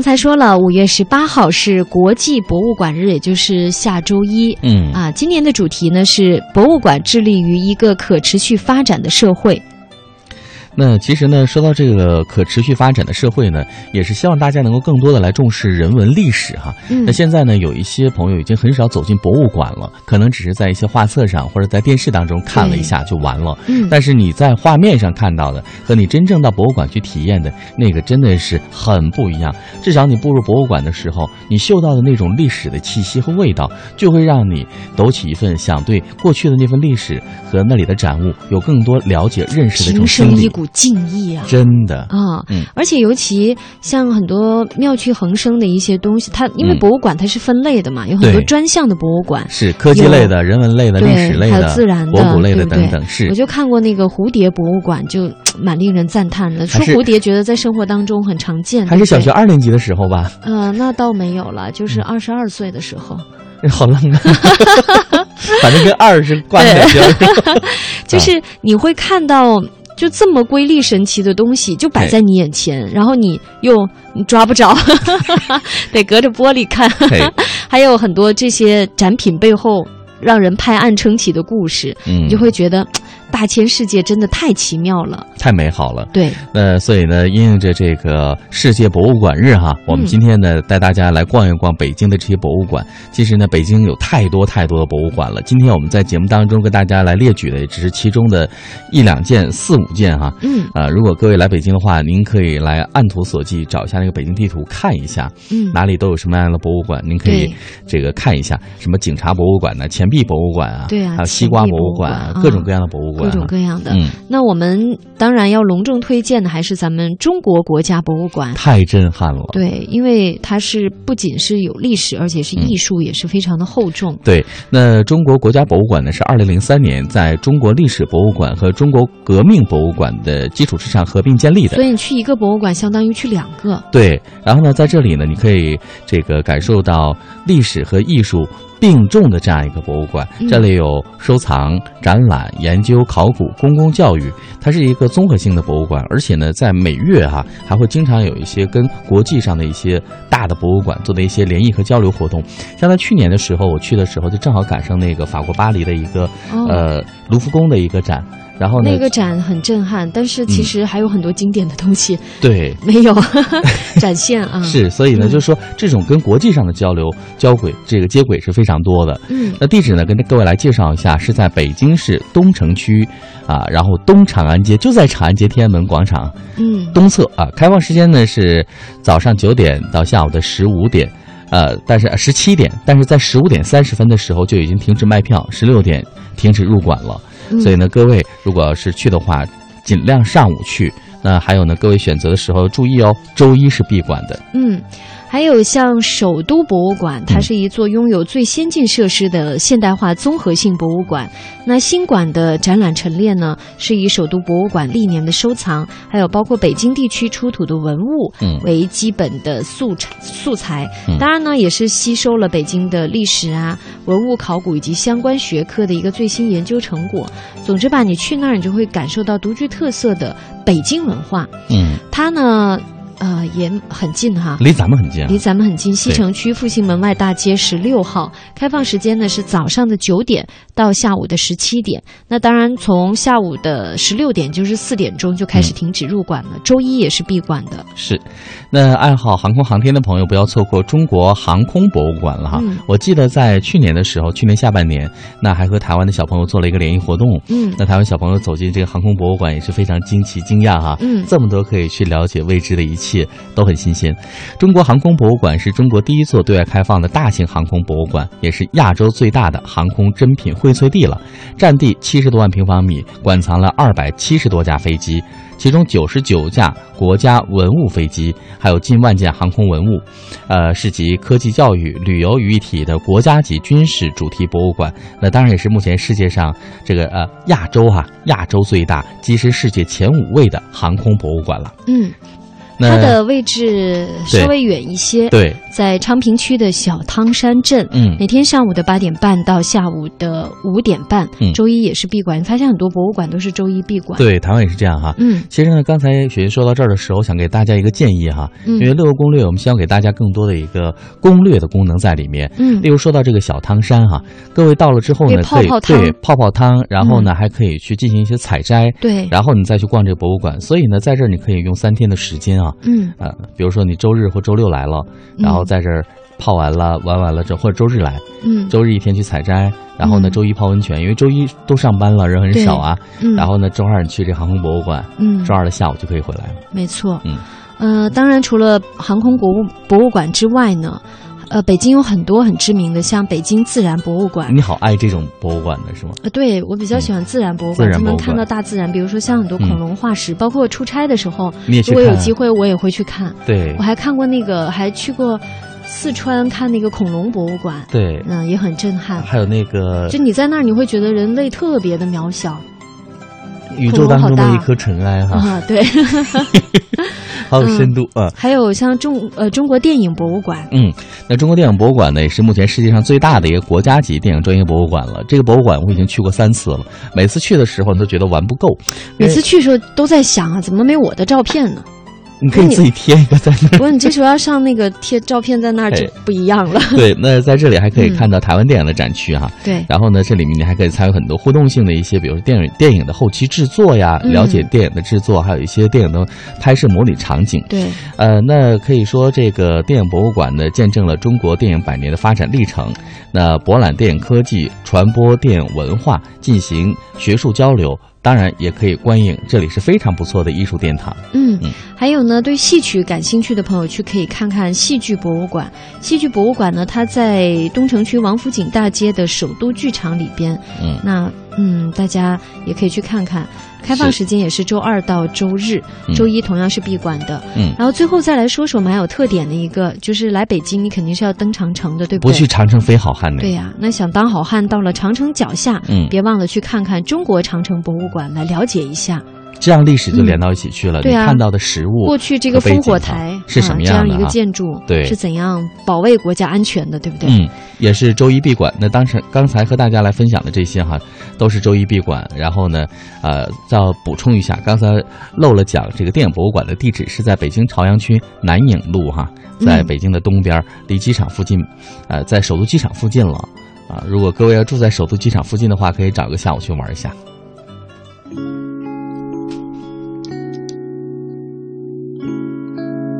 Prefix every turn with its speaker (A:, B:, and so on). A: 才说了，五月十八号是国际博物馆日，也就是下周一。
B: 嗯
A: 啊，今年的主题呢是博物馆致力于一个可持续发展的社会。
B: 那其实呢，说到这个可持续发展的社会呢，也是希望大家能够更多的来重视人文历史哈。
A: 嗯
B: 那现在呢，有一些朋友已经很少走进博物馆了，可能只是在一些画册上或者在电视当中看了一下就完了。
A: 嗯，
B: 但是你在画面上看到的和你真正到博物馆去体验的那个真的是很不一样。至少你步入博物馆的时候，你嗅到的那种历史的气息和味道，就会让你抖起一份想对过去的那份历史和那里的展物有更多了解、认识的这
A: 平
B: 种心
A: 生
B: 理。
A: 一股敬意啊！
B: 真的，
A: 啊、
B: 嗯
A: 而且尤其像很多妙趣横生的一些东西，它因为
B: 嗯
A: 博物馆它是分类的嘛，有很多
B: 对
A: 专项的博物馆。
B: 是科技类的、人文类的、
A: 对
B: 历史类
A: 还
B: 的、
A: 有自然的
B: 博古类
A: 对
B: 的
A: 不
B: 等
A: 对
B: 等，是
A: 我就看过那个蝴蝶博物馆，就蛮令人赞叹的。
B: 还
A: 说
B: 是
A: 蝴蝶，觉得在生活当中很常见，
B: 还是嗯小
A: 对不
B: 学
A: 对？
B: 二年级的时候吧，
A: 呃，那倒没有了，就是二十二岁的时候，
B: 好 浪啊，反正跟二是挂不了边儿。
A: 就是
B: 啊
A: 你会看到就这么瑰丽神奇的东西就摆
B: 对
A: 在你眼前，然后你又你抓不着， 得隔着玻璃看。
B: 嘿
A: 还有很多这些展品背后让人拍案称奇的故事，
B: 嗯
A: 你 就会觉得大千世界真的太奇妙了。
B: 太美好了。
A: 对，
B: 那所以呢，因应着这个世界博物馆日
A: 嗯
B: 哈，我们今天呢带大家来逛一逛北京的这些博物馆。其实呢，北京有太多太多的博物馆了。今天我们在节目当中跟大家来列举的也只是其中的一两件、四五件哈。
A: 嗯
B: 啊、如果各位来北京的话，您可以来按图索骥找一下那个北京地图，看一下
A: 嗯，
B: 哪里都有什么样的博物馆，您可以
A: 对
B: 这个看一下，什么警察博物馆呢、钱币博物馆啊，
A: 对啊
B: 还有西瓜
A: 钱币
B: 博
A: 博
B: 物
A: 物
B: 馆
A: 馆啊
B: 各种各样的博物馆、
A: 各
B: 啊，
A: 种各样的。
B: 嗯，
A: 那我们当然要隆重推荐的还是咱们中国国家博物馆。
B: 太震撼了。
A: 对，因为它是不仅是有历史，而且是艺术，也是非常的厚重。
B: 对，那中国国家博物馆呢是二零零三年在中国历史博物馆和中国革命博物馆的基础之上合并建立的
A: 所。以你去一个博物馆，相当于去两个。
B: 对，然后呢，在这里呢，你可以这个感受到历史和艺术并重的这样一个博物馆。
A: 嗯
B: 这里有收藏、展览、研究、考古、公共教育，它是一个综合性的博物馆，而且呢，在每月哈、还会经常有一些跟国际上的一些大的博物馆做的一些联谊和交流活动。像在去年的时候，我去的时候就正好赶上那个法国巴黎的一个、
A: 哦，
B: 呃卢浮宫的一个展，然后呢，
A: 那个展很震撼，但是其实还有很多经典的东西
B: 对。
A: 没 有展现啊。，
B: 是，所以呢，
A: 嗯
B: 就是说这种跟国际上的交流、交轨，这个接轨是非常多的。
A: 嗯，
B: 那地址呢，跟各位来介绍一下，是在北京市东城区，啊，然后东长安街，就在长安街天安门广场
A: 嗯，
B: 东侧啊。开放时间呢是早上九点到下午的十五点。呃，但是十七点，但是在十五点三十分的时候就已经停止卖票，十六点停止入馆了。
A: 嗯
B: 所以呢，各位如果要是去的话，尽量上午去。那还有呢，各位选择的时候注意哦，周一是闭馆的。
A: 嗯，还有像首都博物馆，它是一座拥有最先进设施的现代化综合性博物馆。那新馆的展览陈列呢，是以首都博物馆历年的收藏，还有包括北京地区出土的文物
B: 嗯
A: 为基本的素材素材
B: 嗯。
A: 当然呢，也是吸收了北京的历史啊、文物考古以及相关学科的一个最新研究成果。总之吧，你去那儿，你就会感受到独具特色的北京文化。
B: 嗯，
A: 它呢，呃，也很近哈，
B: 离咱们很近啊。
A: 离咱们很近，西
B: 对
A: 城区复兴门外大街十六号，开放时间呢是早上的九点到下午的十七点。那当然，从下午的十六点，就是四点钟就开始停止入馆
B: 嗯
A: 了，周一也是闭馆的。
B: 是，那爱好航空航天的朋友不要错过中国航空博物馆了哈。
A: 嗯
B: 我记得在去年的时候，去年下半年，那还和台湾的小朋友做了一个联谊活动。
A: 嗯
B: 那台湾小朋友走进这个航空博物馆也是非常惊奇惊讶哈、
A: 嗯
B: 这么多可以去了解未知的一切，都很新鲜。中国航空博物馆是中国第一座对外开放的大型航空博物馆，也是亚洲最大的航空珍品荟萃地了。占地七十多万平方米，馆藏了二百七十多架飞机，其中九十九架国家文物飞机，还有近万件航空文物。呃，是集科技、教育、旅游于一体的国家级军事主题博物馆。那当然也是目前世界上这个呃亚洲哈、亚洲最大，即是世界前五位的航空博物馆了。
A: 嗯，
B: 那
A: 它的位置稍微远一些，
B: 对，
A: 在昌平区的小汤山镇。
B: 嗯
A: 每天上午的八点半到下午的五点半，
B: 嗯
A: 周一也是闭馆。你发现很多博物馆都是周一闭馆。，
B: 对，台湾也是这样哈、
A: 嗯
B: 其实呢，刚才雪姨说到这儿的时候，想给大家一个建议哈，因为
A: 嗯
B: 六个攻略，我们希望给大家更多的一个攻略的功能在里面。
A: 嗯
B: 例，如说到这个小汤山哈、各位到了之后呢，
A: 可以泡泡
B: 可以对
A: 汤嗯
B: 泡泡汤，然后呢、还可以去进行一些采摘，
A: 对，
B: 然后你再去逛这个博物馆。所以呢，在这儿你可以用三天的时间啊，
A: 嗯
B: 呃，比如说你周日或周六来了，然后
A: 嗯
B: 在这儿泡完了、玩完了之后，或者周日来，
A: 嗯
B: 周日一天去采摘，然后呢
A: 嗯
B: 周一泡温泉，因为周一都上班了，人很
A: 对
B: 少啊。
A: 嗯，
B: 然后呢，周二你去这航空博物馆，
A: 嗯
B: 周，二的下午就可以回来了。
A: 没错，
B: 嗯，
A: 呃，当然除了航空博物博物馆之外呢，呃，北京有很多很知名的，像北京自然博物馆。
B: 你好爱这种博物馆的是吗？
A: 呃，对我比较喜欢自然博物
B: 嗯自
A: 馆，
B: 然
A: 就
B: 博
A: 能
B: 物
A: 看到
B: 馆
A: 大自然，比如说像很多恐龙化石，包括我出差的时候，
B: 你也去
A: 如果有
B: 嗯看啊
A: 机会我也会去看。
B: 对
A: 我还看过那个，还去过四川看那个恐龙博物馆，
B: 对，啊呃
A: 嗯、也很震撼。
B: 还有那个
A: 就你在那儿，你会觉得人类特别的渺小
B: 宇宙当
A: 恐
B: 中
A: 龙
B: 的
A: 好
B: 一
A: 大
B: 颗尘埃哈，
A: 啊，对。
B: 好有深度啊。
A: 还有像中呃中国电影博物馆，
B: 嗯，那中国电影博物馆呢，也是目前世界上最大的一个国家级电影专业博物馆了。这个博物馆我已经去过三次了，每次去的时候都觉得玩不够。
A: 每次去的时候都在想啊，怎么没我的照片呢？
B: 你可以自己贴一个在 那儿。
A: 不过你这时候要上那个贴照片在那儿就
B: 哎
A: 不一 样了。
B: 对，那在这里还可以看到台湾电影的展区哈、
A: 对，
B: 然后呢，这里面你还可以参与很多互动性的一些，比如电影电影的后期制作呀，
A: 嗯
B: 了解电影的制作，还有一些电影的拍摄模拟场景。
A: 对，
B: 呃，那可以说这个电影博物馆呢，见证了中国电影百年的发展历程。那博览电影科技，传播电影文化，进行学术交流，当然也可以观影，这里是非常不错的艺术殿堂。
A: 嗯
B: 嗯，
A: 还有呢，对戏曲感兴趣的朋友去可以看看戏剧博物馆。戏剧博物馆呢，它在东城区王府井大街的首都剧场里边。
B: 嗯，
A: 那嗯，大家也可以去看看。开放
B: 是
A: 时间也是周二到周日，
B: 嗯
A: 周一同样是闭馆的。
B: 嗯
A: 然后最后再来说说蛮有特点的一个，就是来北京你肯定是要登长城的，对
B: 不
A: 对？
B: 去长城非好汉呢。
A: 对呀、那想当好汉，到了长城脚下，
B: 嗯，
A: 别忘了去看看中国长城博物馆，来了解一下
B: 这样历史就连到一起去了。
A: 嗯对啊
B: 你看到的实物，
A: 过去这个
B: 和背景
A: 烽火
B: 哈
A: 台
B: 是什
A: 啊、
B: 么样
A: 这
B: 的
A: 样一个
B: 哈
A: 建筑，
B: 对
A: 是怎样保卫国家安全的，对不对？
B: 嗯，也是周一闭馆。那当时刚才和大家来分享的这些哈，都是周一闭馆。然后呢，呃，再补充一下，刚才漏了讲，这个电影博物馆的地址是在北京朝阳区南影路哈，在
A: 嗯
B: 北京的东边，离机场附近，呃，在首都机场附近了。啊，如果各位要住在首都机场附近的话，可以找个下午去玩一下。